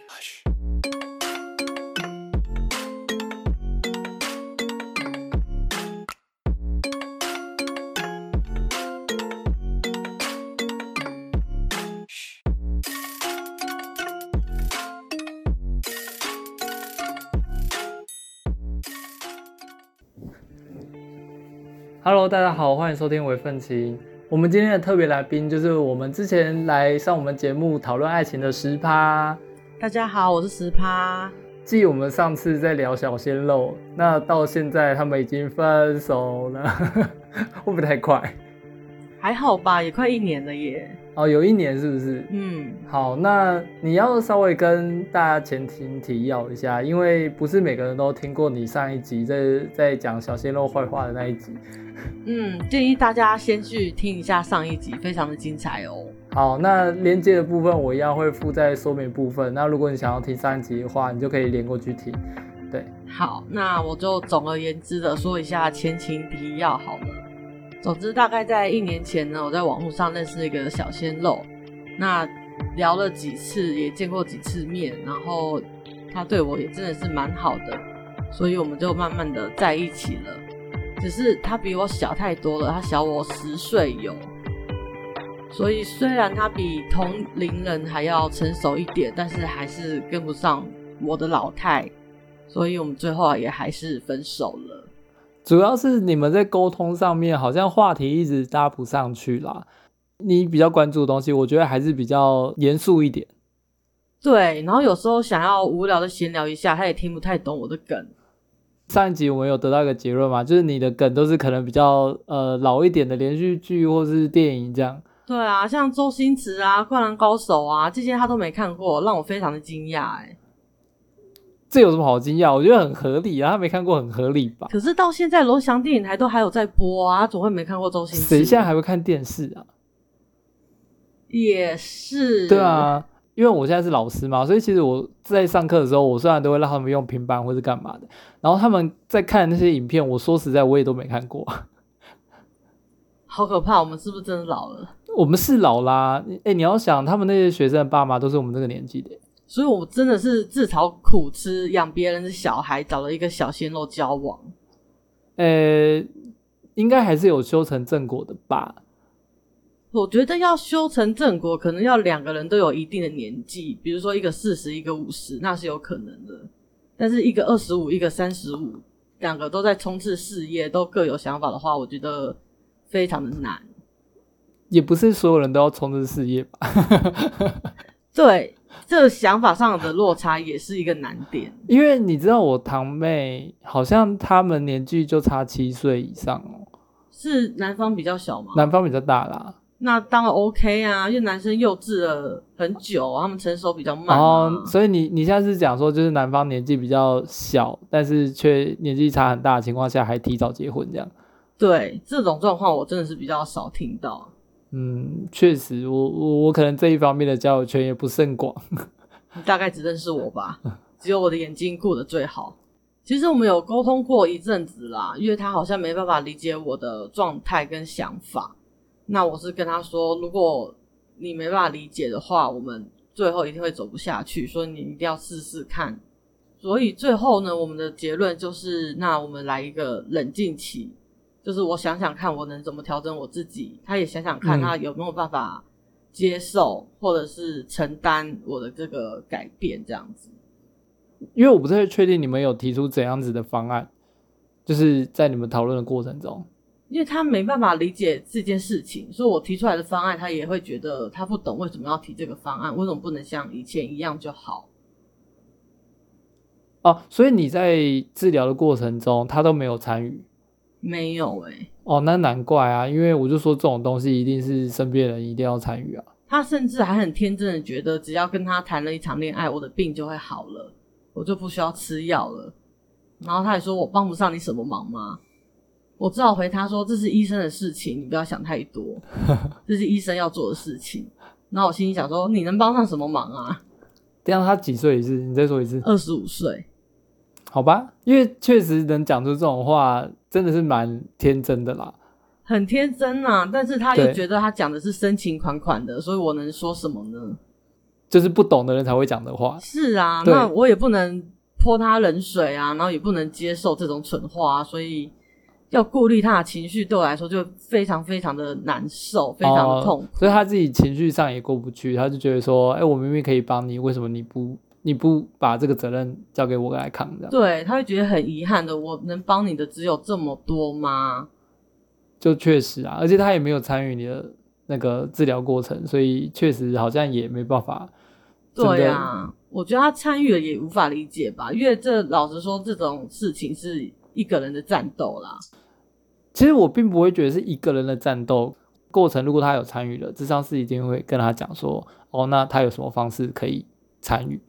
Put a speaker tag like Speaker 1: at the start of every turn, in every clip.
Speaker 1: Flash。
Speaker 2: Hello，大家好，欢迎收听《为愤青》。我们今天的特别来宾就是我们之前来上我们节目讨论爱情的十趴，
Speaker 3: 大家好，我是十趴。
Speaker 2: 继我们上次在聊小鲜肉，那到现在他们已经分手了， 会不会太快？
Speaker 3: 还好吧，也快一年了耶。
Speaker 2: 哦，有一年是不是？
Speaker 3: 嗯，
Speaker 2: 好，那你要稍微跟大家前庭提要一下，因为不是每个人都听过你上一集在在讲小鲜肉坏话的那一集。
Speaker 3: 嗯，建议大家先去听一下上一集，非常的精彩哦。
Speaker 2: 好，那连接的部分我一样会附在说明部分。那如果你想要听上一集的话，你就可以连过去听。
Speaker 3: 好，那我就总而言之的说一下前情提要好了。总之，大概在一年前呢，我在网络上认识一个小鲜肉，那聊了几次，也见过几次面，然后他对我也真的是蛮好的，所以我们就慢慢的在一起了。只是他比我小太多了，他小我十岁有，所以虽然他比同龄人还要成熟一点，但是还是跟不上我的老态。所以我们最后啊也还是分手了。
Speaker 2: 主要是你们在沟通上面好像话题一直搭不上去啦。你比较关注的东西，我觉得还是比较严肃一点。
Speaker 3: 对，然后有时候想要无聊的闲聊一下，他也听不太懂我的梗。
Speaker 2: 上一集我们有得到一个结论嘛，就是你的梗都是可能比较呃老一点的连续剧或是电影这样。
Speaker 3: 对啊，像周星驰啊、灌篮高手啊这些他都没看过，让我非常的惊讶哎。
Speaker 2: 这有什么好惊讶？我觉得很合理啊，他没看过很合理吧？
Speaker 3: 可是到现在龙翔电影台都还有在播啊，他总会没看过周星驰？
Speaker 2: 谁现在还会看电视啊？
Speaker 3: 也是
Speaker 2: 对，啊，因为我现在是老师嘛，所以其实我在上课的时候，我虽然都会让他们用平板或是干嘛的，然后他们在看那些影片，我说实在我也都没看过。
Speaker 3: 好可怕，我们是不是真的老了？
Speaker 2: 我们是老啦，哎、你要想他们那些学生的爸妈都是我们这个年纪的，
Speaker 3: 所以我真的是自讨苦吃，养别人的小孩，找了一个小鲜肉交往。
Speaker 2: 呃，应该还是有修成正果的吧？
Speaker 3: 我觉得要修成正果，可能要两个人都有一定的年纪，比如说一个四十，一个五十，那是有可能的。但是一个二十五，一个三十五，两个都在冲刺事业，都各有想法的话，我觉得非常的难。
Speaker 2: 也不是所有人都要从事事业吧？
Speaker 3: 对，这想法上的落差也是一个难点。
Speaker 2: 因为你知道我堂妹好像他们年纪就差七岁以上哦，
Speaker 3: 是男方比较小吗？
Speaker 2: 男方比较大啦。
Speaker 3: 那当然 OK 啊，因为男生幼稚了很久啊，他们成熟比较慢、
Speaker 2: 然
Speaker 3: 啊。
Speaker 2: 后，哦所以你你现在是讲说，就是男方年纪比较小，但是却年纪差很大的情况下，还提早结婚这样。
Speaker 3: 对这种状况，我真的是比较少听到。
Speaker 2: 嗯，确实，我我我可能这一方面的交友圈也不甚广。
Speaker 3: 你大概只认识我吧，只有我的眼睛顾得最好。其实我们有沟通过一阵子啦，因为他好像没办法理解我的状态跟想法。那我是跟他说，如果你没办法理解的话，我们最后一定会走不下去，所以你一定要试试看。所以最后呢，我们的结论就是，那我们来一个冷静期，就是我想想看我能怎么调整我自己，他也想想看
Speaker 2: 嗯
Speaker 3: 他有没有办法接受或者是承担我的这个改变，这样子。
Speaker 2: 因为我不太确定你们有提出怎样子的方案，就是在你们讨论的过程中，
Speaker 3: 因为他没办法理解这件事情，所以我提出来的方案，他也会觉得他不懂为什么要提这个方案，为什么不能像以前一样就好？
Speaker 2: 哦，所以你在治疗的过程中，他都没有参与。
Speaker 3: 没有欸诶、
Speaker 2: 哦，那难怪啊，因为我就说这种东西一定是身边人一定要参与啊。
Speaker 3: 他甚至还很天真的觉得，只要跟他谈了一场恋爱，我的病就会好了，我就不需要吃药了。然后他还说我帮不上你什么忙吗？我只好回他说这是医生的事情，你不要想太多，这是医生要做的事情。然后我心里想说，你能帮上什么忙啊？
Speaker 2: 这样他几岁一次？你再说一次。
Speaker 3: 二十五岁，
Speaker 2: 好吧，因为确实能讲出这种话，真的是蛮天真的啦。
Speaker 3: 很天真啊，但是他又
Speaker 2: 对
Speaker 3: 觉得他讲的是深情款款的，所以我能说什么呢？
Speaker 2: 就是不懂的人才会讲的话。
Speaker 3: 是啊，
Speaker 2: 对
Speaker 3: 那我也不能泼他冷水啊，然后也不能接受这种蠢话、啊，所以要顾虑他的情绪，对我来说就非常非常的难受，非常的痛苦。
Speaker 2: 哦所以他自己情绪上也过不去，他就觉得说，哎、我明明可以帮你，为什么你不你不把这个责任交给我来扛？这样
Speaker 3: 对，他会觉得很遗憾的，我能帮你的只有这么多吗？
Speaker 2: 就确实啊，而且他也没有参与你的那个治疗过程，所以确实好像也没办法。真的
Speaker 3: 对啊，我觉得他参与了也无法理解吧，因为这老实说，这种事情是一个人的战斗啦。
Speaker 2: 其实我并不会觉得是一个人的战斗过程，如果他有参与了，智商是一定会跟他讲说，哦，那他有什么方式可以参与？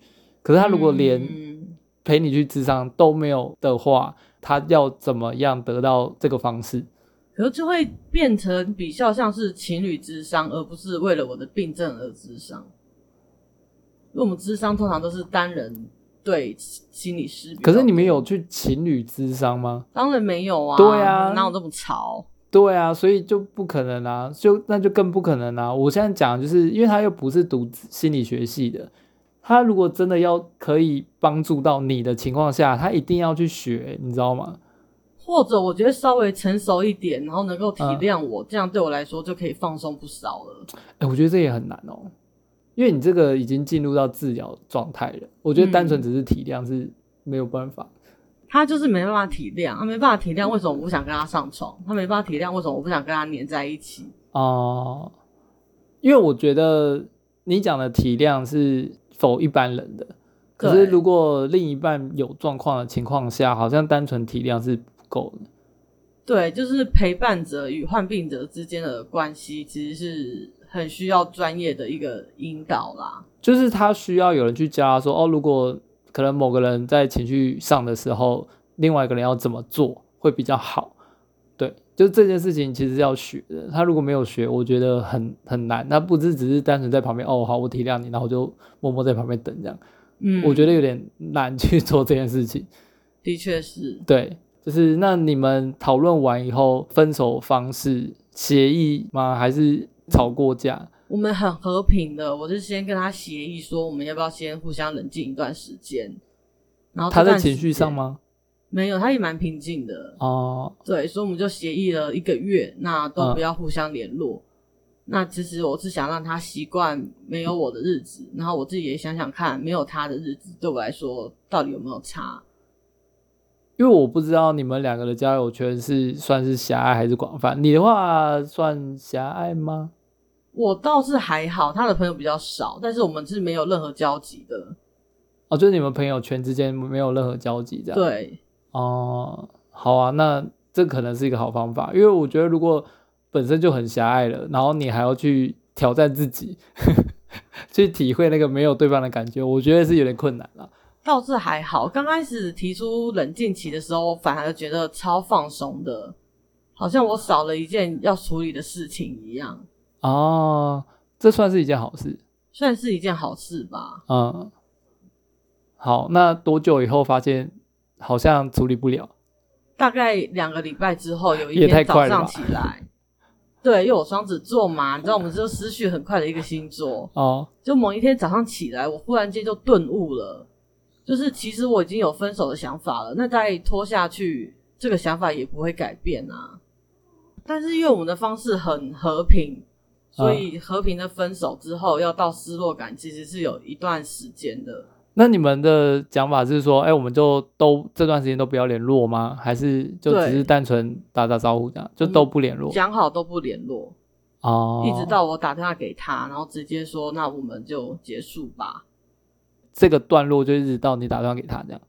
Speaker 2: 可是他如果连
Speaker 3: 嗯
Speaker 2: 陪你去智商都没有的话，他要怎么样得到这个方式？
Speaker 3: 可是就会变成比较像是情侣之商，而不是为了我的病症而之商。因为我们之商通常都是单人对心理师比较
Speaker 2: 可
Speaker 3: 多，
Speaker 2: 是你们有去情侣智商吗？
Speaker 3: 当然没有啊，
Speaker 2: 对啊
Speaker 3: 哪有这么潮？
Speaker 2: 对啊，所以就不可能啊，就那就更不可能啊！我现在讲就是，因为他又不是读心理学系的，他如果真的要可以帮助到你的情况下，他一定要去学，你知道吗？
Speaker 3: 或者我觉得稍微成熟一点，然后能够体谅我，这样对我来说就可以放松不少了。
Speaker 2: 哎，我觉得这也很难哦，因为你这个已经进入到治疗状态了，我觉得单纯
Speaker 3: 嗯
Speaker 2: 只是体谅是没有办法。
Speaker 3: 他就是没办法体谅，他没办法体谅为什么我不想跟他上床，他没办法体谅为什么我不想跟他黏在一起。
Speaker 2: 哦、因为我觉得你讲的体谅是否一般人的，可是
Speaker 3: 对
Speaker 2: 如果另一半有状况的情况下，好像单纯体谅是不够的。
Speaker 3: 对，就是陪伴者与患病者之间的关系，其实是很需要专业的一个引导啦。
Speaker 2: 就是他需要有人去教他说，哦，如果可能某个人在情绪上的时候，另外一个人要怎么做会比较好。对，就是这件事情其实要学的。他如果没有学，我觉得很很难。他不是只是单纯在旁边，哦，好，我体谅你，然后我就默默在旁边等这样。
Speaker 3: 嗯，
Speaker 2: 我觉
Speaker 3: 得
Speaker 2: 得有点难去做这件事情。
Speaker 3: 的确是。
Speaker 2: 对，就是那你们讨论完以后，分手方式协议吗？还是吵过架？
Speaker 3: 我们很和平的，我就先跟他协议说，我们要不要先互相冷静一段时间。然后
Speaker 2: 他
Speaker 3: 哦这
Speaker 2: 在
Speaker 3: 段
Speaker 2: 情绪
Speaker 3: 时间
Speaker 2: 上？吗？
Speaker 3: 没有，他也蛮平静的。
Speaker 2: 哦、
Speaker 3: 对，所以我们就协议了一个月，那都
Speaker 2: 嗯
Speaker 3: 不要互相联络。那其实我是想让他习惯没有我的日子，然后我自己也想想看，没有他的日子对我来说到底有没有差。
Speaker 2: 因为我不知道你们两个的交友圈是算是狭隘还是广泛。你的话算狭隘吗？
Speaker 3: 我倒是还好，他的朋友比较少，但是我们是没有任何交集的。
Speaker 2: 哦，就是你们朋友圈之间没有任何交集，这样。。
Speaker 3: 对，
Speaker 2: 哦、好啊，那这可能是一个好方法，因为我觉得如果本身就很狭隘了，然后你还要去挑战自己， 去体会那个没有对方的感觉，我觉得是有点困难了。
Speaker 3: 倒是还好。刚开始提出冷静期的时候，我反而觉得超放松的，好像我少了一件要处理的事情一样，
Speaker 2: 哦，这算是一件好事。
Speaker 3: 算是一件好事吧。
Speaker 2: 嗯，好，那多久以后发现好像处理不了？
Speaker 3: 大概两个礼拜之后，有一
Speaker 2: 也太
Speaker 3: 天
Speaker 2: 快
Speaker 3: 早
Speaker 2: 了吧
Speaker 3: 上起来，对，因为我双子座嘛，你知道我们是思绪很快的一个星座，
Speaker 2: 哦，
Speaker 3: 就某一天早上起来，我忽然间就顿悟了，就是其实我已经有分手的想法了，那再拖下去，这个想法也不会改变啊。但是因为我们的方式很和平，所以和平的分手之后，要到失落感其实是有一段时间的。
Speaker 2: 那你们的讲法是说，哎、我们就都这段时间都不要联络吗？还是就只是
Speaker 3: 对
Speaker 2: 单纯打打招呼这样，就都不联络？
Speaker 3: 讲好都不联络，
Speaker 2: 哦，
Speaker 3: 一直到我打电话给他，然后直接说那我们就结束吧。
Speaker 2: 这个段落就一直到你打电话给他这样。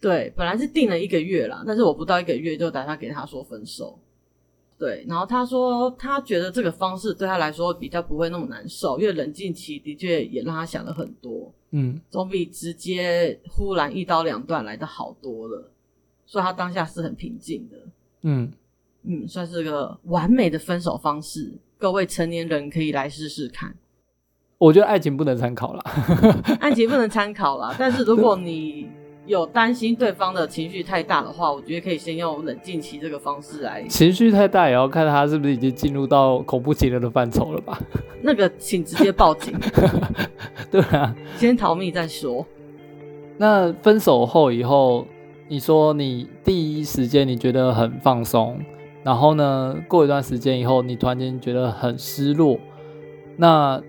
Speaker 3: 对，本来是定了一个月啦，但是我不到一个月就打电话给他说分手。对，然后他说他觉得这个方式对他来说比较不会那么难受，因为冷静期的确也让他想了很多，
Speaker 2: 嗯，
Speaker 3: 总比直接忽然一刀两断来的好多了。所以他当下是很平静的，
Speaker 2: 嗯，
Speaker 3: 嗯，算是个完美的分手方式。各位成年人可以来试试看。
Speaker 2: 我觉得爱情不能参考啦。
Speaker 3: 案情不能参考啦，但是如果你有担心对方的情绪太大的话，我觉得可以先用冷静期这个方式来。
Speaker 2: 情绪太大也要看他是不是已经进入到恐怖情人的范畴了吧？
Speaker 3: 那个，请直接报警，
Speaker 2: 对啊。
Speaker 3: 先逃命再说。
Speaker 2: 那分手后以后，你说你第一时间你觉得很放松，然后呢，过一段时间以后，你突然间觉得很失落，那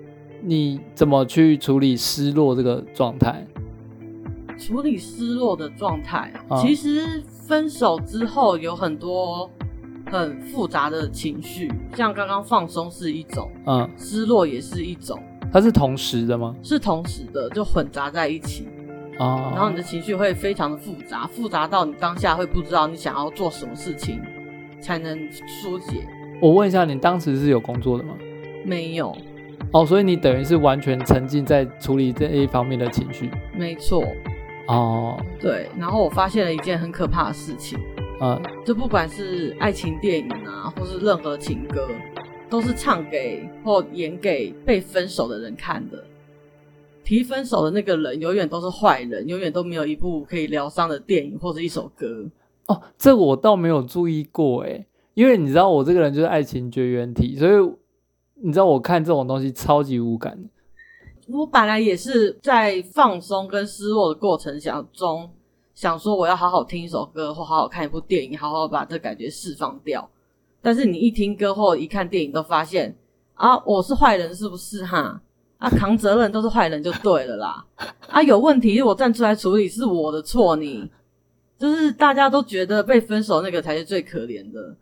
Speaker 2: 你怎么去处理失落这个状态？
Speaker 3: 处理失落的状态啊、
Speaker 2: 啊
Speaker 3: 其实分手之后有很多很复杂的情绪，像刚刚放松是一种，
Speaker 2: 嗯，
Speaker 3: 失落也是一种，
Speaker 2: 它是同时的吗？
Speaker 3: 是同时的，就混杂在一起。
Speaker 2: 啊，
Speaker 3: 然后你的情绪会非常的复杂，复杂到你当下会不知道你想要做什么事情才能疏解。
Speaker 2: 我问一下，你当时是有工作的吗？
Speaker 3: 没有，
Speaker 2: 哦，所以你等于是完全沉浸在处理这一方面的情绪。
Speaker 3: 没错，
Speaker 2: 哦，
Speaker 3: 对。然后我发现了一件很可怕的事情，
Speaker 2: 嗯，
Speaker 3: 就不管是爱情电影啊，或是任何情歌，都是唱给或演给被分手的人看的。提分手的那个人永远都是坏人，永远都没有一部可以疗伤的电影或者一首歌。
Speaker 2: 哦，这我倒没有注意过诶，因为你知道我这个人就是爱情绝缘体，所以你知道我看这种东西超级无感的。
Speaker 3: 我本来也是在放松跟失落的过程想中，想说我要好好听一首歌，或好好看一部电影，好好把这感觉释放掉。但是你一听歌或一看电影，都发现啊，我是坏人是不是哈？啊，扛责任都是坏人就对了啦。啊，有问题我站出来处理是我的错，你就是大家都觉得被分手那个才是最可怜的，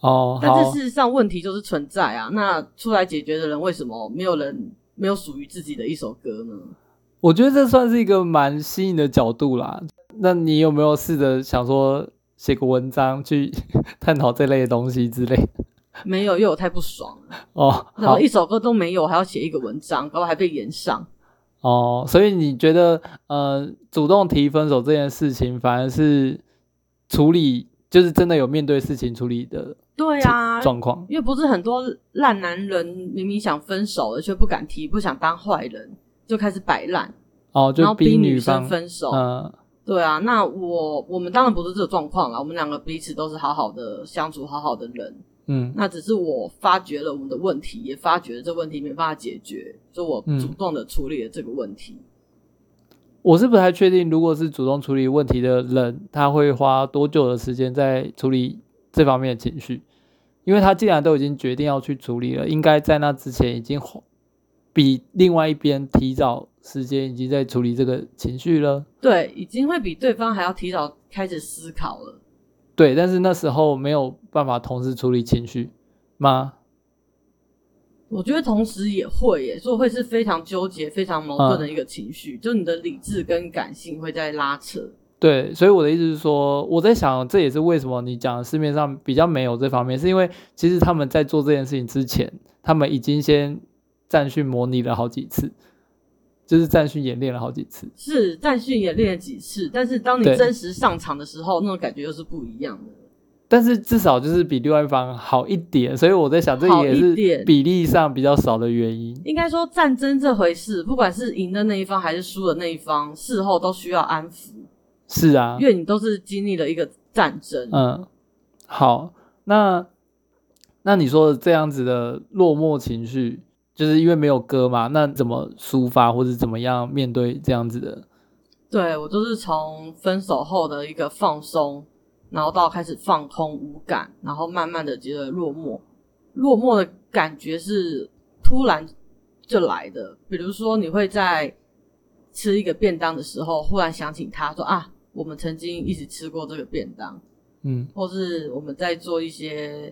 Speaker 2: 哦，
Speaker 3: 但
Speaker 2: 好
Speaker 3: 是，事实上问题就是存在啊。那出来解决的人为什么没有人没有属于自己的一首歌呢？
Speaker 2: 我觉得这算是一个蛮新颖的角度啦。那你有没有试着想说写个文章去 探讨这类的东西之类的？
Speaker 3: 没有，因为我太不爽了。
Speaker 2: 哦，
Speaker 3: 然后
Speaker 2: 好
Speaker 3: 一首歌都没有，我还要写一个文章，搞不好还被延上。
Speaker 2: 哦，所以你觉得呃，主动提分手这件事情，反而是处理就是真的有面对事情处理的
Speaker 3: 对啊，
Speaker 2: 状况。
Speaker 3: 因为不是很多烂男人明明想分手了，却不敢提，不想当坏人，就开始摆烂，
Speaker 2: 哦，
Speaker 3: 然
Speaker 2: 就
Speaker 3: 后逼
Speaker 2: 女
Speaker 3: 生
Speaker 2: 方，
Speaker 3: 分手。
Speaker 2: 嗯
Speaker 3: 对啊，那我我们当然不是这个状况啦，我们两个彼此都是好好的相处，好好的人。
Speaker 2: 嗯
Speaker 3: 那只是我发觉了我们的问题，也发觉了这问题没办法解决，所以我
Speaker 2: 嗯
Speaker 3: 主动的处理了这个问题。
Speaker 2: 我是不太确定，如果是主动处理问题的人，他会花多久的时间在处理这方面的情绪，因为他既然都已经决定要去处理了，应该在那之前已经花比另外一边提早时间已经在处理这个情绪了。
Speaker 3: 对，已经会比对方还要提早开始思考了。
Speaker 2: 对，但是那时候没有办法同时处理情绪吗？
Speaker 3: 我觉得同时也会耶，所以会是非常纠结、非常矛盾的一个情绪，就你的理智跟感性会在拉扯。
Speaker 2: 对，所以我的意思是说，我在想，这也是为什么你讲市面上比较没有这方面，是因为其实他们在做这件事情之前，他们已经先战训模拟了好几次，就是战训演练了好几次。
Speaker 3: 是战训也练了几次，但是当你
Speaker 2: 对
Speaker 3: 真实上场的时候，那种感觉又是不一样的。
Speaker 2: 但是至少就是比另外一方好一点，所以我在想，这
Speaker 3: 好
Speaker 2: 也
Speaker 3: 一
Speaker 2: 是
Speaker 3: 点
Speaker 2: 比例上比较少的原因。
Speaker 3: 应该说，战争这回事，不管是赢的那一方还是输的那一方，事后都需要安抚，
Speaker 2: 是啊，
Speaker 3: 因为你都是经历了一个战争。
Speaker 2: 嗯，好，那那你说的这样子的落寞情绪，就是因为没有歌嘛？那怎么抒发，或者怎么样面对这样子的？
Speaker 3: 对我就是从分手后的一个放松，然后到开始放空无感，然后慢慢的觉得落寞，落寞的感觉是突然就来的。比如说你会在吃一个便当的时候，忽然想起他说啊，我们曾经一起吃过这个便当，
Speaker 2: 嗯
Speaker 3: 或是我们在做一些，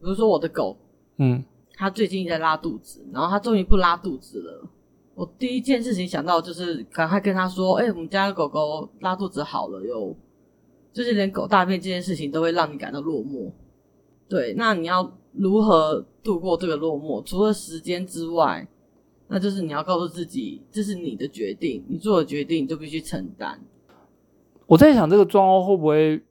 Speaker 3: 比如说我的狗
Speaker 2: 嗯，
Speaker 3: 他最近在拉肚子，然后他终于不拉肚子了。我第一件事情想到就是赶快跟他说：“哎、我们家的狗狗拉肚子好了哟。”就是连狗大便这件事情都会让你感到落寞。对，那你要如何度过这个落寞？除了时间之外，那就是你要告诉自己，这是你的决定，你做的决定你就必须承担。
Speaker 2: 我在想这个状况会不会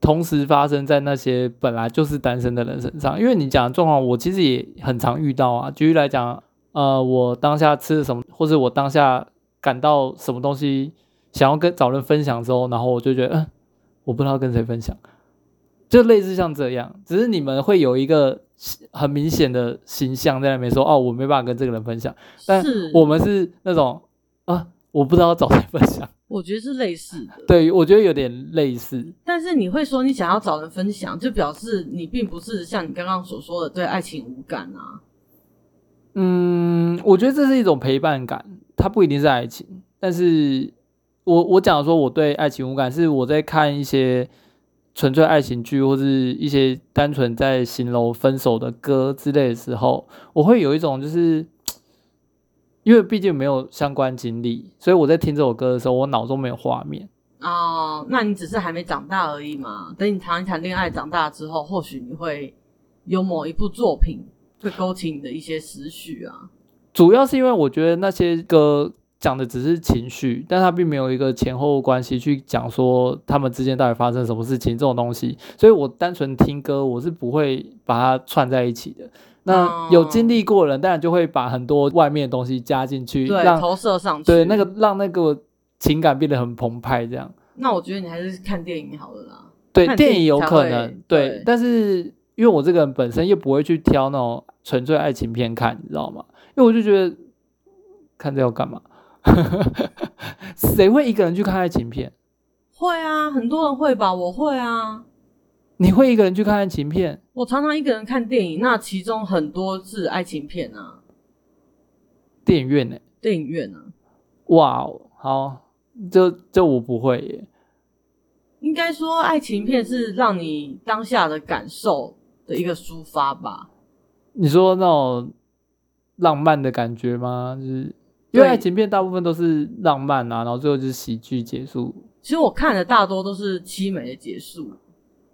Speaker 2: 同时发生在那些本来就是单身的人身上？因为你讲的状况，我其实也很常遇到啊。举例来讲，呃，我当下吃了什么，或者我当下感到什么东西想要跟找人分享之后，然后我就觉得，嗯，我不知道跟谁分享，就类似像这样，只是你们会有一个很明显的形象在那边说，哦，我没办法跟这个人分享，但
Speaker 3: 是
Speaker 2: 我们是那种啊，我不知道找谁分享，
Speaker 3: 我觉得是类似的，
Speaker 2: 对我觉得有点类似，
Speaker 3: 但是你会说你想要找人分享，就表示你并不是像你刚刚所说的对爱情无感啊。
Speaker 2: 嗯，我觉得这是一种陪伴感，它不一定是爱情，但是我我讲说我对爱情无感，是我在看一些纯粹爱情剧或是一些单纯在形容分手的歌之类的时候，我会有一种就是。因为毕竟没有相关经历，所以我在听这首歌的时候，我脑中没有画面。
Speaker 3: 哦、那你只是还没长大而已嘛。等你谈一谈恋爱，长大之后，或许你会有某一部作品会勾起你的一些思绪啊。
Speaker 2: 主要是因为我觉得那些歌讲的只是情绪，但它并没有一个前后关系去讲说他们之间到底发生什么事情这种东西，所以我单纯听歌，我是不会把它串在一起的。那
Speaker 3: 哦
Speaker 2: 有经历过的人，当然就会把很多外面的东西加进去，
Speaker 3: 对，
Speaker 2: 让
Speaker 3: 投射上去。
Speaker 2: 对那个，让那个情感变得很澎湃，这样。
Speaker 3: 那我觉得你还是看电影好了啦。
Speaker 2: 对，
Speaker 3: 看
Speaker 2: 电
Speaker 3: 电
Speaker 2: 影
Speaker 3: 影
Speaker 2: 有
Speaker 3: 才
Speaker 2: 可
Speaker 3: 会
Speaker 2: 能对，
Speaker 3: 对
Speaker 2: 但是因为我这个人本身又不会去挑那种纯粹爱情片看，你知道吗？因为我就觉得看这要干嘛？ 谁会一个人去看爱情片？
Speaker 3: 会啊，很多人会吧，我会啊。
Speaker 2: 你会一个人去看爱情片？
Speaker 3: 我常常一个人看电影，那其中很多是爱情片啊，
Speaker 2: 电影院呢、
Speaker 3: 电影院啊。
Speaker 2: 哇哦，好，这这我不会耶。
Speaker 3: 应该说，爱情片是让你当下的感受的一个抒发吧。
Speaker 2: 你说那种浪漫的感觉吗？就是因为
Speaker 3: 对
Speaker 2: 爱情片大部分都是浪漫啊，然后最后就是喜剧结束。
Speaker 3: 其实我看的大多都是凄美的结束，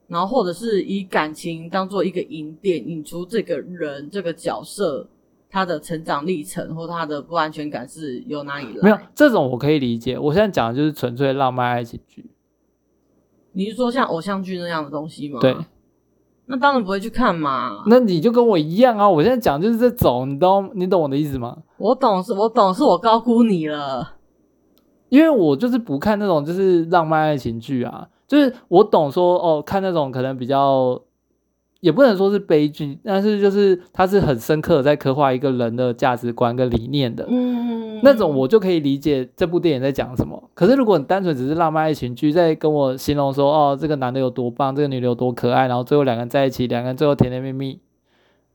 Speaker 3: 然后或者是以感情当做一个引点，引出这个人这个角色他的成长历程或他的不安全感是由哪里来。
Speaker 2: 没有这种我可以理解，我现在讲的就是纯粹浪漫爱情剧。
Speaker 3: 你是说像偶像剧那样的东西吗？
Speaker 2: 对，
Speaker 3: 那当然不会去看嘛。
Speaker 2: 那你就跟我一样啊！我现在讲就是这种，你懂你懂我的意思吗？
Speaker 3: 我懂，是我懂，是我高估你了。
Speaker 2: 因为我就是不看那种就是浪漫爱情剧啊，就是我懂说哦，看那种可能比较，也不能说是悲剧，但是就是它是很深刻的在刻画一个人的价值观跟理念的。
Speaker 3: 嗯，
Speaker 2: 那种我就可以理解这部电影在讲什么。可是如果你单纯只是浪漫爱情剧，在跟我形容说哦，这个男的有多棒，这个女的有多可爱，然后最后两个人在一起，两个人最后甜甜蜜蜜，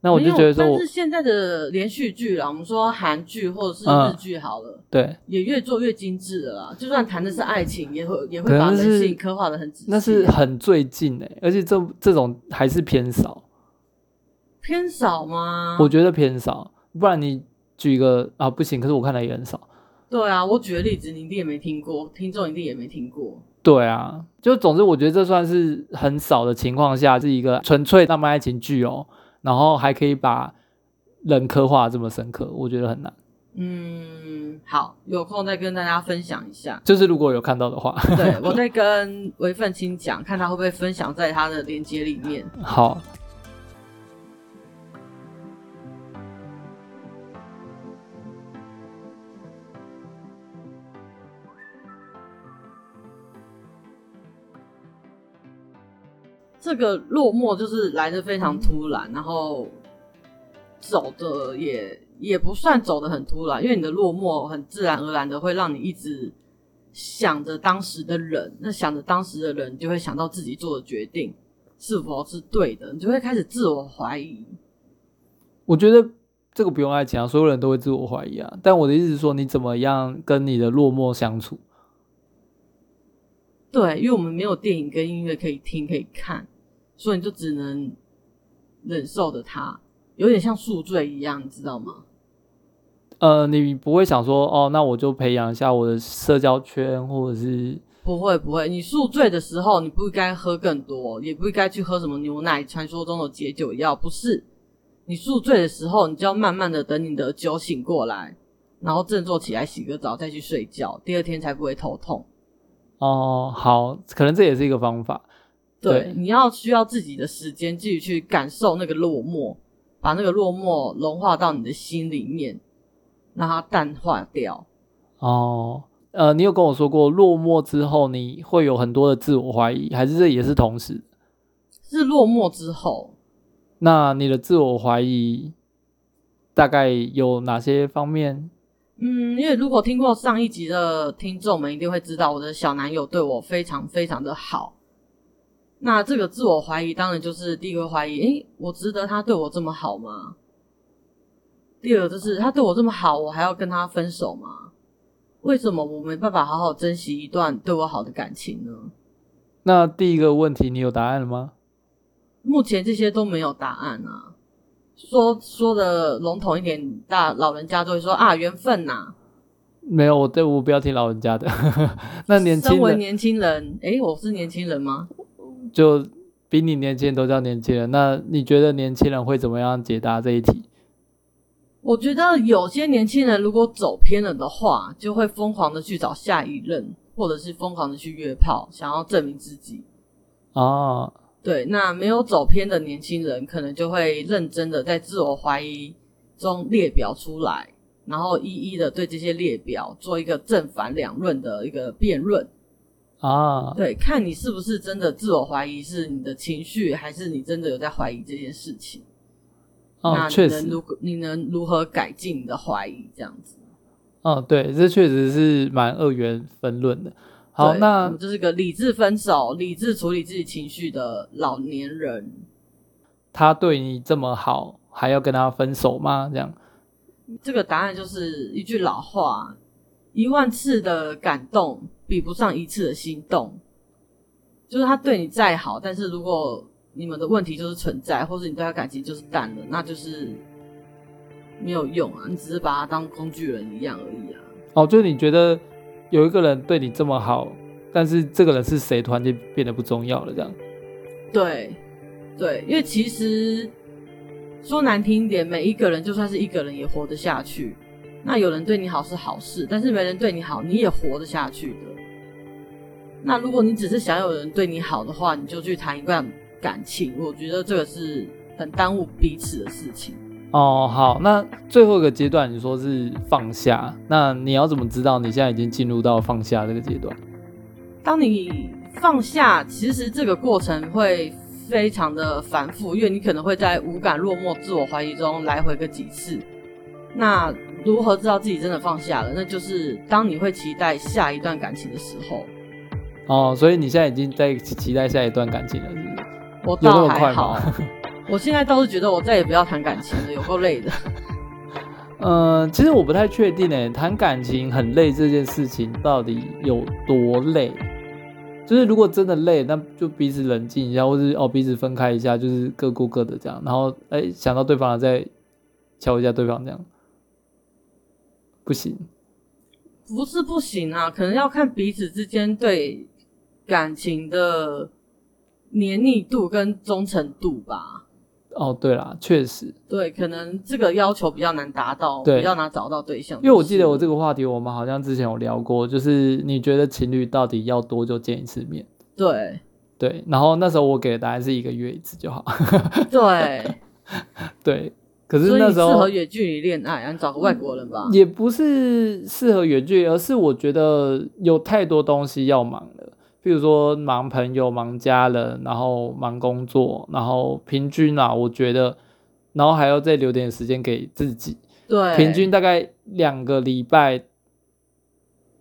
Speaker 2: 那我
Speaker 3: 没
Speaker 2: 就
Speaker 3: 有
Speaker 2: 觉得说
Speaker 3: 但
Speaker 2: 我
Speaker 3: 是现在的连续剧啦，我们说韩剧或者是
Speaker 2: 嗯
Speaker 3: 日剧好了，
Speaker 2: 对，
Speaker 3: 也越做越精致了啦。就算谈的是爱情，也会也会
Speaker 2: 可能
Speaker 3: 把人
Speaker 2: 是
Speaker 3: 性刻画的很仔细。啊
Speaker 2: 那是很最近哎、而且这这种还是偏少，
Speaker 3: 偏少吗？
Speaker 2: 我觉得偏少。不然你举一个啊，不行，可是我看的也很少。
Speaker 3: 对啊，我举的例子你一定也没听过，听众一定也没听过。
Speaker 2: 对啊，就总之我觉得这算是很少的情况下，是一个纯粹浪漫爱情剧哦，然后还可以把人刻画得这么深刻，我觉得很难。
Speaker 3: 嗯，好，有空再跟大家分享一下。
Speaker 2: 就是如果有看到的话，
Speaker 3: 对，我在跟韦奋清讲，看他会不会分享在他的链接里面。
Speaker 2: 好，
Speaker 3: 这个落寞就是来的非常突然，然后走的也也不算走的很突然，因为你的落寞很自然而然的会让你一直想着当时的人，那想着当时的人，你就会想到自己做的决定是否是对的，你就会开始自我怀疑。
Speaker 2: 我觉得这个不用爱情啊，所有人都会自我怀疑啊。但我的意思是说，你怎么样跟你的落寞相处？
Speaker 3: 对，因为我们没有电影跟音乐可以听可以看，所以你就只能忍受着它，有点像宿醉一样，你知道吗？
Speaker 2: 呃，你不会想说，哦，那我就培养一下我的社交圈，或者是
Speaker 3: 不会不会，你宿醉的时候，你不应该喝更多，也不应该去喝什么牛奶、传说中的解酒药，不是。你宿醉的时候，你就要慢慢的等你的酒醒过来，然后振作起来，洗个澡再去睡觉，第二天才不会头痛。
Speaker 2: 哦，好，可能这也是一个方法。
Speaker 3: 对，
Speaker 2: 对
Speaker 3: 你要需要自己的时间，自己去感受那个落寞，把那个落寞融化到你的心里面，让它淡化掉。
Speaker 2: 哦，呃，你有跟我说过，落寞之后你会有很多的自我怀疑，还是这也是同时？
Speaker 3: 是落寞之后，
Speaker 2: 那你的自我怀疑大概有哪些方面？
Speaker 3: 嗯，因为如果听过上一集的听众们一定会知道，我的小男友对我非常非常的好。那这个自我怀疑，当然就是第一个怀疑，诶，我值得他对我这么好吗？第二个就是他对我这么好，我还要跟他分手吗？为什么我没办法好好珍惜一段对我好的感情呢？
Speaker 2: 那第一个问题，你有答案了吗？
Speaker 3: 目前这些都没有答案啊。说说的笼统一点，大老人家就会说啊，缘分呐、
Speaker 2: 没有，我对我不要听老人家的。 那年轻
Speaker 3: 身为
Speaker 2: 人
Speaker 3: 年轻人，诶，我是年轻人吗？
Speaker 2: 就比你年轻人都叫年轻人。那你觉得年轻人会怎么样解答这一题？
Speaker 3: 我觉得有些年轻人如果走偏了的话，就会疯狂的去找下一任，或者是疯狂的去约炮，想要证明自己。
Speaker 2: 啊，
Speaker 3: 对，那没有走偏的年轻人，可能就会认真的在自我怀疑中列表出来，然后一一的对这些列表做一个正反两论的一个辩论。
Speaker 2: 啊，
Speaker 3: 对，看你是不是真的自我怀疑是你的情绪，还是你真的有在怀疑这件事情。
Speaker 2: 哦，
Speaker 3: 那
Speaker 2: 确
Speaker 3: 你能
Speaker 2: 实，
Speaker 3: 如你能如何改进你的怀疑？这样子。
Speaker 2: 哦，对，这确实是蛮二元分论的。好，
Speaker 3: 对嗯我
Speaker 2: 那
Speaker 3: 们就是个理智分手、理智处理自己情绪的老年人。
Speaker 2: 他对你这么好，还要跟他分手吗？这样
Speaker 3: 这个答案就是一句老话：一万次的感动比不上一次的心动。就是他对你再好，但是如果你们的问题就是存在，或是你对他感情就是淡了，那就是没有用啊！你只是把他当工具人一样而已啊。
Speaker 2: 哦，就是你觉得有一个人对你这么好，但是这个人是谁，突然间变得不重要了，这样。
Speaker 3: 对，对，因为其实说难听一点，每一个人就算是一个人也活得下去。那有人对你好是好事，但是没人对你好，你也活得下去的。那如果你只是想有人对你好的话，你就去谈一段感情，我觉得这个是很耽误彼此的事情。
Speaker 2: 哦，好，那最后一个阶段你说是放下，那你要怎么知道你现在已经进入到放下这个阶段？
Speaker 3: 当你放下，其实这个过程会非常的反复，因为你可能会在无感、落寞、自我怀疑中来回个几次。那如何知道自己真的放下了？那就是当你会期待下一段感情的时候，
Speaker 2: 哦，所以你现在已经在期期待下一段感情了，是不是？
Speaker 3: 我
Speaker 2: 有那么
Speaker 3: 倒
Speaker 2: 快
Speaker 3: 还好
Speaker 2: 吗？，
Speaker 3: 我现在倒是觉得我再也不要谈感情了，有够累的。
Speaker 2: 嗯，其实我不太确定诶，谈感情很累这件事情到底有多累？就是如果真的累，那就彼此冷静一下，或是哦彼此分开一下，就是各过各的这样，然后哎想到对方了再敲一下对方这样，不行
Speaker 3: 不是不行啊，可能要看彼此之间对感情的黏腻度跟忠诚度吧。
Speaker 2: 哦。对啦，确实，
Speaker 3: 对，可能这个要求比较难达到，
Speaker 2: 对
Speaker 3: 比较难找到对象。
Speaker 2: 因为我记得我这
Speaker 3: 个
Speaker 2: 个话题我们好像之前有聊过，就是你觉得情侣到底要多久见一次面？
Speaker 3: 对
Speaker 2: 对，然后那时候我给的答案是一个月一次就好。
Speaker 3: 对，
Speaker 2: 对，可是
Speaker 3: 所以
Speaker 2: 那
Speaker 3: 你
Speaker 2: 时
Speaker 3: 适
Speaker 2: 候
Speaker 3: 合远距离恋爱，啊，你找个外国人吧。
Speaker 2: 也不是适合远距离，而是我觉得有太多东西要忙了，譬如说忙朋友、忙家人，然后忙工作，然后平均啊，我觉得，然后还要再留点时间给自己，
Speaker 3: 对，
Speaker 2: 平均大概两个礼拜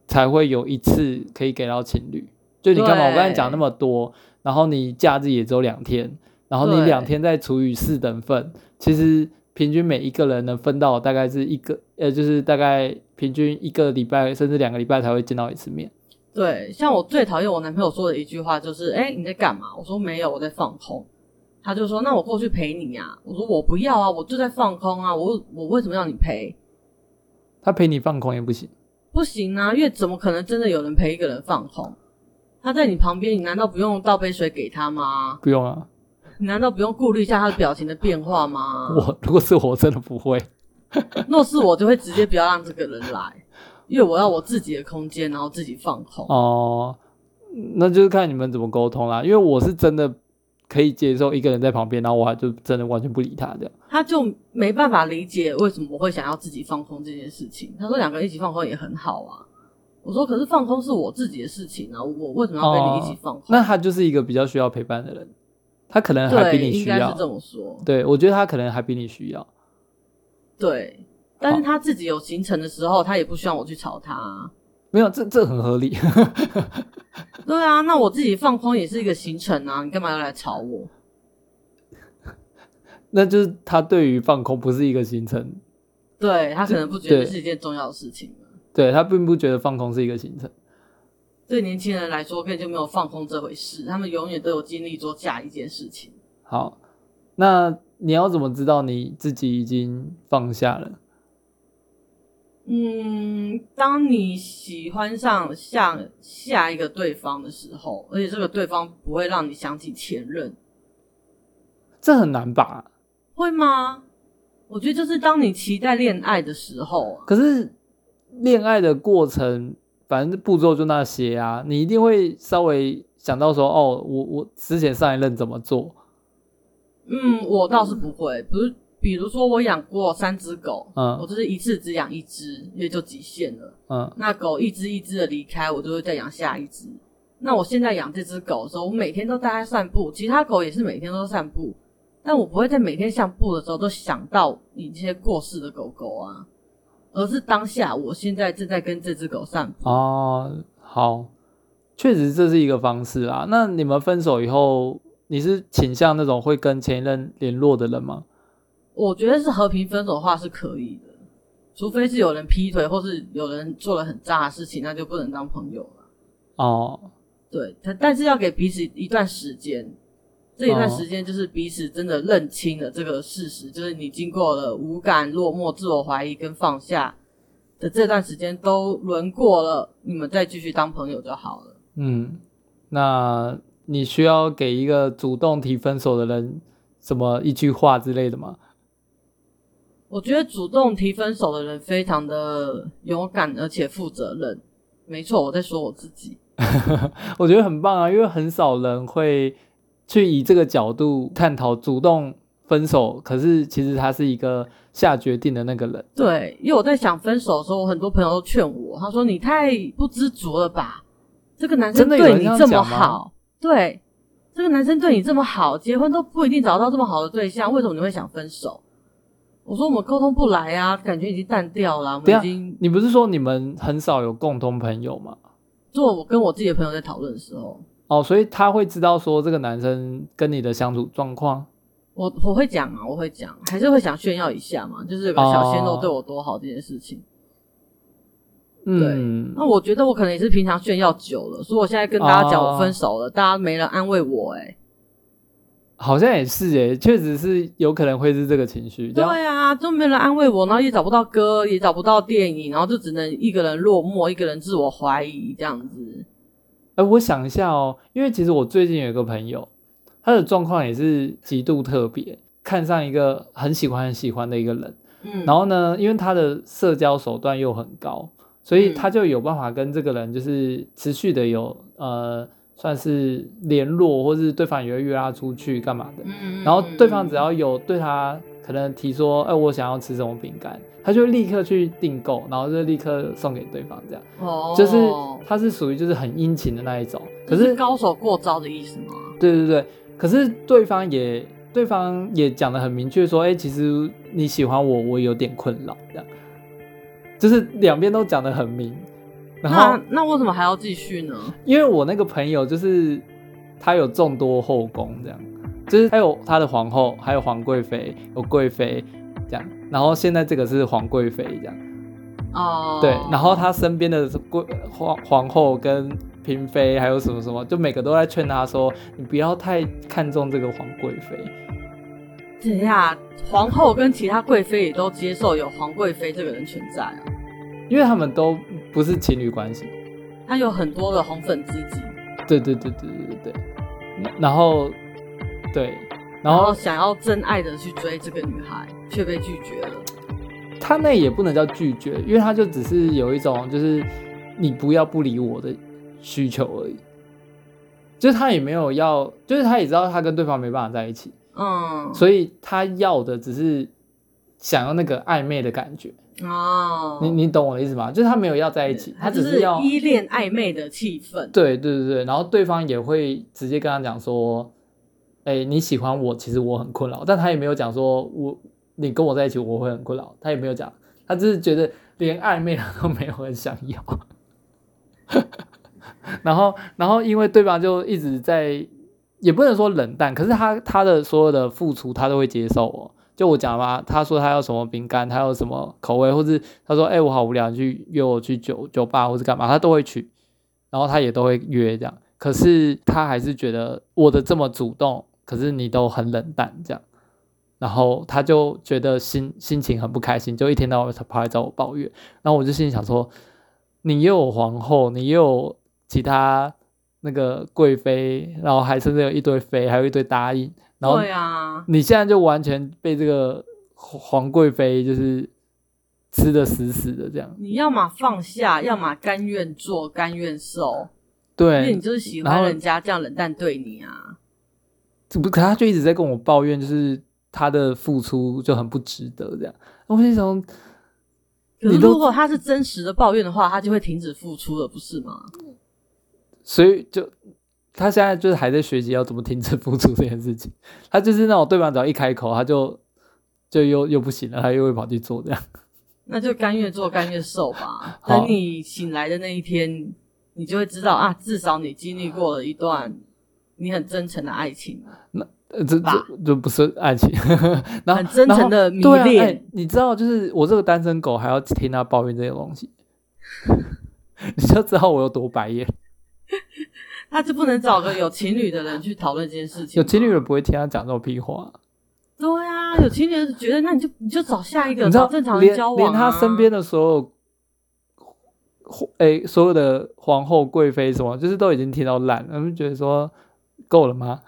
Speaker 2: 才会有一次可以给到情侣。就你干嘛？
Speaker 3: 对
Speaker 2: 我刚才讲那么多，然后你假日也只有两天，然后你
Speaker 3: 对
Speaker 2: 两天再除以四等份，其实平均每一个人能分到大概是一个，呃，就是大概平均一个礼拜甚至两个礼拜才会见到一次面。
Speaker 3: 对。像我最讨厌我男朋友说的一句话就是：“哎，你在干嘛？”我说：“没有，我在放空。”他就说：“那我过去陪你呀、我说：“我不要啊，我就在放空啊，我我为什么要你陪？
Speaker 2: 他陪你放空也不行，
Speaker 3: 不行啊，因为怎么可能真的有人陪一个人放空？他在你旁边，你难道不用倒杯水给他吗？
Speaker 2: 不用啊。
Speaker 3: 你难道不用顾虑一下他的表情的变化吗？
Speaker 2: 我如果是我，真的不会。
Speaker 3: 若是我，就会直接不要让这个人来，因为我要我自己的空间，然后自己放空。
Speaker 2: 哦、那就是看你们怎么沟通啦。因为我是真的可以接受一个人在旁边，然后我还就真的完全不理他这样。
Speaker 3: 他就没办法理解为什么我会想要自己放空这件事情。他说两个人一起放空也很好啊，我说可是放空是我自己的事情啊，我为什么要跟你一起放空？
Speaker 2: 哦那他就是一个比较需要陪伴的人，他可能还比
Speaker 3: 对，
Speaker 2: 你
Speaker 3: 应
Speaker 2: 需
Speaker 3: 该
Speaker 2: 要
Speaker 3: 是。这么说。
Speaker 2: 对，我觉得他可能还比你需要。
Speaker 3: 对，但是他自己有行程的时候，他也不希望我去吵他啊。
Speaker 2: 没有，这这很合理。
Speaker 3: 对啊，那我自己放空也是一个行程啊，你干嘛要来吵我？
Speaker 2: 那就是他对于放空不是一个行程，
Speaker 3: 对他可能不觉得
Speaker 2: 对
Speaker 3: 是一件重要的事情啊。
Speaker 2: 对他并不觉得放空是一个行程。
Speaker 3: 对年轻人来说，根本就没有放空这回事，他们永远都有精力做下一件事情。
Speaker 2: 好，那你要怎么知道你自己已经放下了？
Speaker 3: 嗯，当你喜欢上下下一个对方的时候，而且这个对方不会让你想起前任，
Speaker 2: 这很难吧？
Speaker 3: 会吗？我觉得就是当你期待恋爱的时候啊，
Speaker 2: 可是恋爱的过程，反正步骤就那些啊，你一定会稍微想到说，哦，我我之前上一任怎么做？
Speaker 3: 嗯，我倒是不会，不是，比如说我养过三只狗，我
Speaker 2: 嗯
Speaker 3: 就是一次只养一只，因为就极限了。
Speaker 2: 嗯
Speaker 3: 那狗一只一只的离开，我就会再养下一只。那我现在养这只狗的时候，我每天都带它散步，其他狗也是每天都散步，但我不会在每天散步的时候都想到你这些过世的狗狗啊，而是当下我现在正在跟这只狗散步。
Speaker 2: 哦，好，确实这是一个方式啊。那你们分手以后，你是倾向那种会跟前一任联络的人吗？
Speaker 3: 我觉得是和平分手的话是可以的，除非是有人劈腿或是有人做了很渣的事情，那就不能当朋友了。
Speaker 2: 哦，
Speaker 3: 对，但但是要给彼此一段时间，这一段
Speaker 2: 哦
Speaker 3: 时间就是彼此真的认清了这个事实，就是你经过了无感、落寞、自我怀疑跟放下的这段时间都轮过了，你们再继续当朋友就好了。
Speaker 2: 嗯，那你需要给一个主动提分手的人什么一句话之类的吗？
Speaker 3: 我觉得主动提分手的人非常的勇敢，而且负责任。没错，我在说我自己。
Speaker 2: 我觉得很棒啊，因为很少人会去以这个角度探讨主动分手，可是其实他是一个下决定的那个人。
Speaker 3: 对，因为我在想分手的时候，我很多朋友都劝我，他说你太不知足了吧，这个男生
Speaker 2: 真的有
Speaker 3: 对
Speaker 2: 人
Speaker 3: 你
Speaker 2: 这样
Speaker 3: 这么
Speaker 2: 讲吗
Speaker 3: 好，对，这个男生对你这么好，结婚都不一定找到这么好的对象，为什么你会想分手？我说我们沟通不来啊，感觉已经淡掉了，我
Speaker 2: 等一
Speaker 3: 们
Speaker 2: 下
Speaker 3: 已经
Speaker 2: 你不是说你们很少有共同朋友吗？
Speaker 3: 做我跟我自己的朋友在讨论的时候，
Speaker 2: 哦，所以他会知道说这个男生跟你的相处状况。
Speaker 3: 我我会讲啊，我会讲，还是会想炫耀一下嘛，就是有个小鲜肉
Speaker 2: 哦
Speaker 3: 对我多好这件事情。
Speaker 2: 嗯，
Speaker 3: 那我觉得我可能也是平常炫耀久了，所以我现在跟大家讲
Speaker 2: 哦
Speaker 3: 我分手了，大家没人安慰我、欸，
Speaker 2: 好像也是诶，确实是有可能会是这个情绪。这样
Speaker 3: 对啊，都没有人安慰我，
Speaker 2: 嗯
Speaker 3: 然后也找不到歌，也找不到电影，然后就只能一个人落寞，一个人自我怀疑这样子。
Speaker 2: 哎、我想一下哦，因为其实我最近有一个朋友，他的状况也是极度特别，看上一个很喜欢很喜欢的一个人，
Speaker 3: 嗯，
Speaker 2: 然后呢，因为他的社交手段又很高，所以
Speaker 3: 嗯
Speaker 2: 他就有办法跟这个人就是持续的有呃，算是联络，或是对方也会约他出去干嘛的。
Speaker 3: 嗯，
Speaker 2: 然后对方只要有对他可能提说，哎、我想要吃什么饼干，他就会立刻去订购，然后就立刻送给对方，这样
Speaker 3: 哦，
Speaker 2: 就是他是属于就是很殷勤的那一种。可
Speaker 3: 就是
Speaker 2: 是
Speaker 3: 高手过招的意思吗？
Speaker 2: 对对对，可是对方也对方也讲的很明确说，哎、其实你喜欢我，我有点困扰，这样，就是两边都讲的很明。然后
Speaker 3: 那那为什么还要继续呢？
Speaker 2: 因为我那个朋友就是他有众多后宫，这样，就是他有他的皇后，还有皇贵妃，有贵妃这样，然后现在这个是皇贵妃这样，
Speaker 3: 哦，
Speaker 2: 对，然后他身边的贵皇皇后跟嫔妃还有什么什么，就每个都在劝他说，你不要太看重这个皇贵妃。
Speaker 3: 等一下，皇后跟其他贵妃也都接受有皇贵妃这个人存在啊，
Speaker 2: 因为他们都不是情侣关系。
Speaker 3: 她有很多的红粉知己，
Speaker 2: 对对对对对对对。然然后，对，然
Speaker 3: 然后
Speaker 2: 后
Speaker 3: 想要真爱的去追这个女孩，却被拒绝了。
Speaker 2: 他那也不能叫拒绝，因为他就只是有一种就是你不要不理我的需求而已。就是他也没有要，就是他也知道他跟对方没办法在一起，
Speaker 3: 嗯，
Speaker 2: 所以他要的只是想要那个暧昧的感觉。
Speaker 3: 哦，
Speaker 2: 你你懂我的意思吗？就是他没有要在一起，他
Speaker 3: 就
Speaker 2: 只是要
Speaker 3: 依恋暧昧的气氛。
Speaker 2: 对对对对，然后对方也会直接跟他讲说，哎，你喜欢我，其实我很困扰，但他也没有讲说我你跟我在一起我会很困扰，他也没有讲，他只是觉得连暧昧他都没有很想要， 然后然后因为对方就一直在，也不能说冷淡，可是他他的所有的付出他都会接受哦。就我讲嘛，他说他要什么饼干，他要什么口味，或是他说哎、我好无聊，你去约我去酒酒吧或是干嘛，他都会去。然后他也都会约这样。可是他还是觉得我的这么主动，可是你都很冷淡这样，然后他就觉得心心情很不开心，就一天到晚跑来找我抱怨。然后我就心里想说，你又有皇后，你又有其他那个贵妃，然后还甚至有一堆妃，还有一堆答应，然后
Speaker 3: 对啊，
Speaker 2: 你现在就完全被这个皇贵妃就是吃的死死的这样。
Speaker 3: 你要么放下，要么甘愿做，甘愿受，因为
Speaker 2: 对
Speaker 3: 你，就是喜
Speaker 2: 然
Speaker 3: 欢
Speaker 2: 后
Speaker 3: 人家这样冷淡对你啊。
Speaker 2: 这不，可他就一直在跟我抱怨，就是他的付出就很不值得这样。我心想，
Speaker 3: 可是
Speaker 2: 你都
Speaker 3: 如果他是真实的抱怨的话，他就会停止付出了，不是吗？
Speaker 2: 所以就他现在就是还在学习要怎么停止付出这件事情。他就是那种对方只要一开口，他就就又又不行了，他又会跑去做这样。
Speaker 3: 那就甘愿做，甘愿受 吧。
Speaker 2: 好
Speaker 3: 等你醒来的那一天，你就会知道啊，至少你经历过了一段你很真诚的爱情，
Speaker 2: 呃，这
Speaker 3: 吧
Speaker 2: 这这不是爱情， 然后
Speaker 3: 很真诚的迷
Speaker 2: 然后对啊
Speaker 3: 恋
Speaker 2: 哎你知道，就是我这个单身狗还要听他抱怨这些东西， 你就知道我有多白眼。
Speaker 3: 他就不能找个有情侣的人去讨论这件事 情。
Speaker 2: 有情侣，的不会听他讲这种屁话、
Speaker 3: 对啊，有情侣的觉得那你就你就找下一个，
Speaker 2: 你知
Speaker 3: 找
Speaker 2: 道，
Speaker 3: 正常人
Speaker 2: 连
Speaker 3: 交往、啊
Speaker 2: 连他身边的所有，哎、所有的皇后、贵妃什么，就是都已经听到烂，他们觉得说够了吗？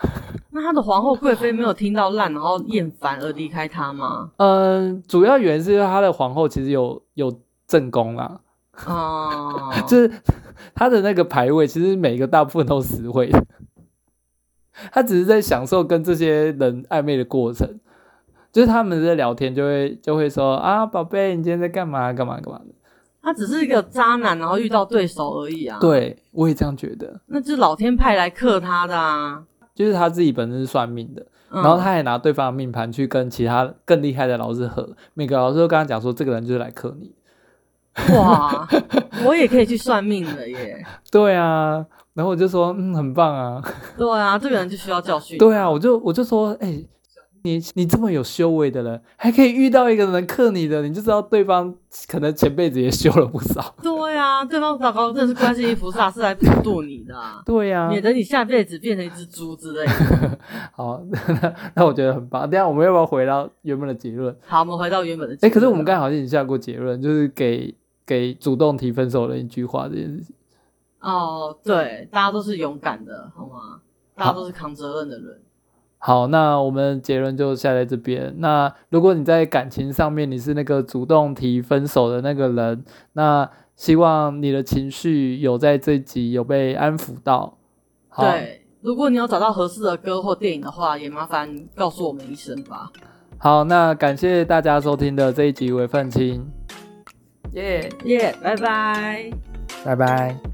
Speaker 3: 那他的皇后贵妃没有听到烂，然后厌烦而离开他 吗？
Speaker 2: 嗯，主要原因是因为他的皇后其实有有正宫啦，
Speaker 3: 哦、
Speaker 2: 就是 他的那个排位，其实每个大部分都实惠的，他只是在享受跟这些人暧昧的过程。就是他们在聊天，就会就会说啊，宝贝，你今天在干嘛？干嘛干嘛的？
Speaker 3: 他只是一个渣男，然后遇到对手而已啊。，
Speaker 2: 对我也这样觉得，
Speaker 3: 那就是老天派来克他的啊。
Speaker 2: 就是他自己本身是算命的，
Speaker 3: 嗯、
Speaker 2: 然后他还拿对方的命盘去跟其他更厉害的老师合，每个老师都跟他讲说，这个人就是来克你。
Speaker 3: 哇，我也可以去算命了耶！
Speaker 2: 对啊，然后我就说，嗯，很棒啊。
Speaker 3: 对啊，这个人就需要教训。
Speaker 2: 对啊，我就我就说，哎、你你这么有修为的人，还可以遇到一个人克你的，你就知道对方可能前辈子也修了不 少。
Speaker 3: 对啊，对方祷告真的是观世音菩萨是来普渡你的、啊，
Speaker 2: 对呀、
Speaker 3: 免得你下辈子变成一只猪之类的。
Speaker 2: 好， 那那我觉得很棒。等一下我们要不要回到原本的结论？
Speaker 3: 好，我们回到原本的。
Speaker 2: 哎、可是我们刚才好像已经下过结论，就是给给主动提分手的人一句话这件事情。
Speaker 3: 哦，对，大家都是勇敢的，好吗？大家都是扛责任的人。
Speaker 2: 好，那我们结论就下在这边。那如果你在感情上面你是那个主动提分手的那个人，那希望你的情绪有在这集有被安抚到。好，
Speaker 3: 对，如果你有找到合适的歌或电影的话，也麻烦告诉我们一声吧。
Speaker 2: 好，那感谢大家收听的这一集为愤青，耶、
Speaker 3: 耶、拜拜。
Speaker 2: 拜拜。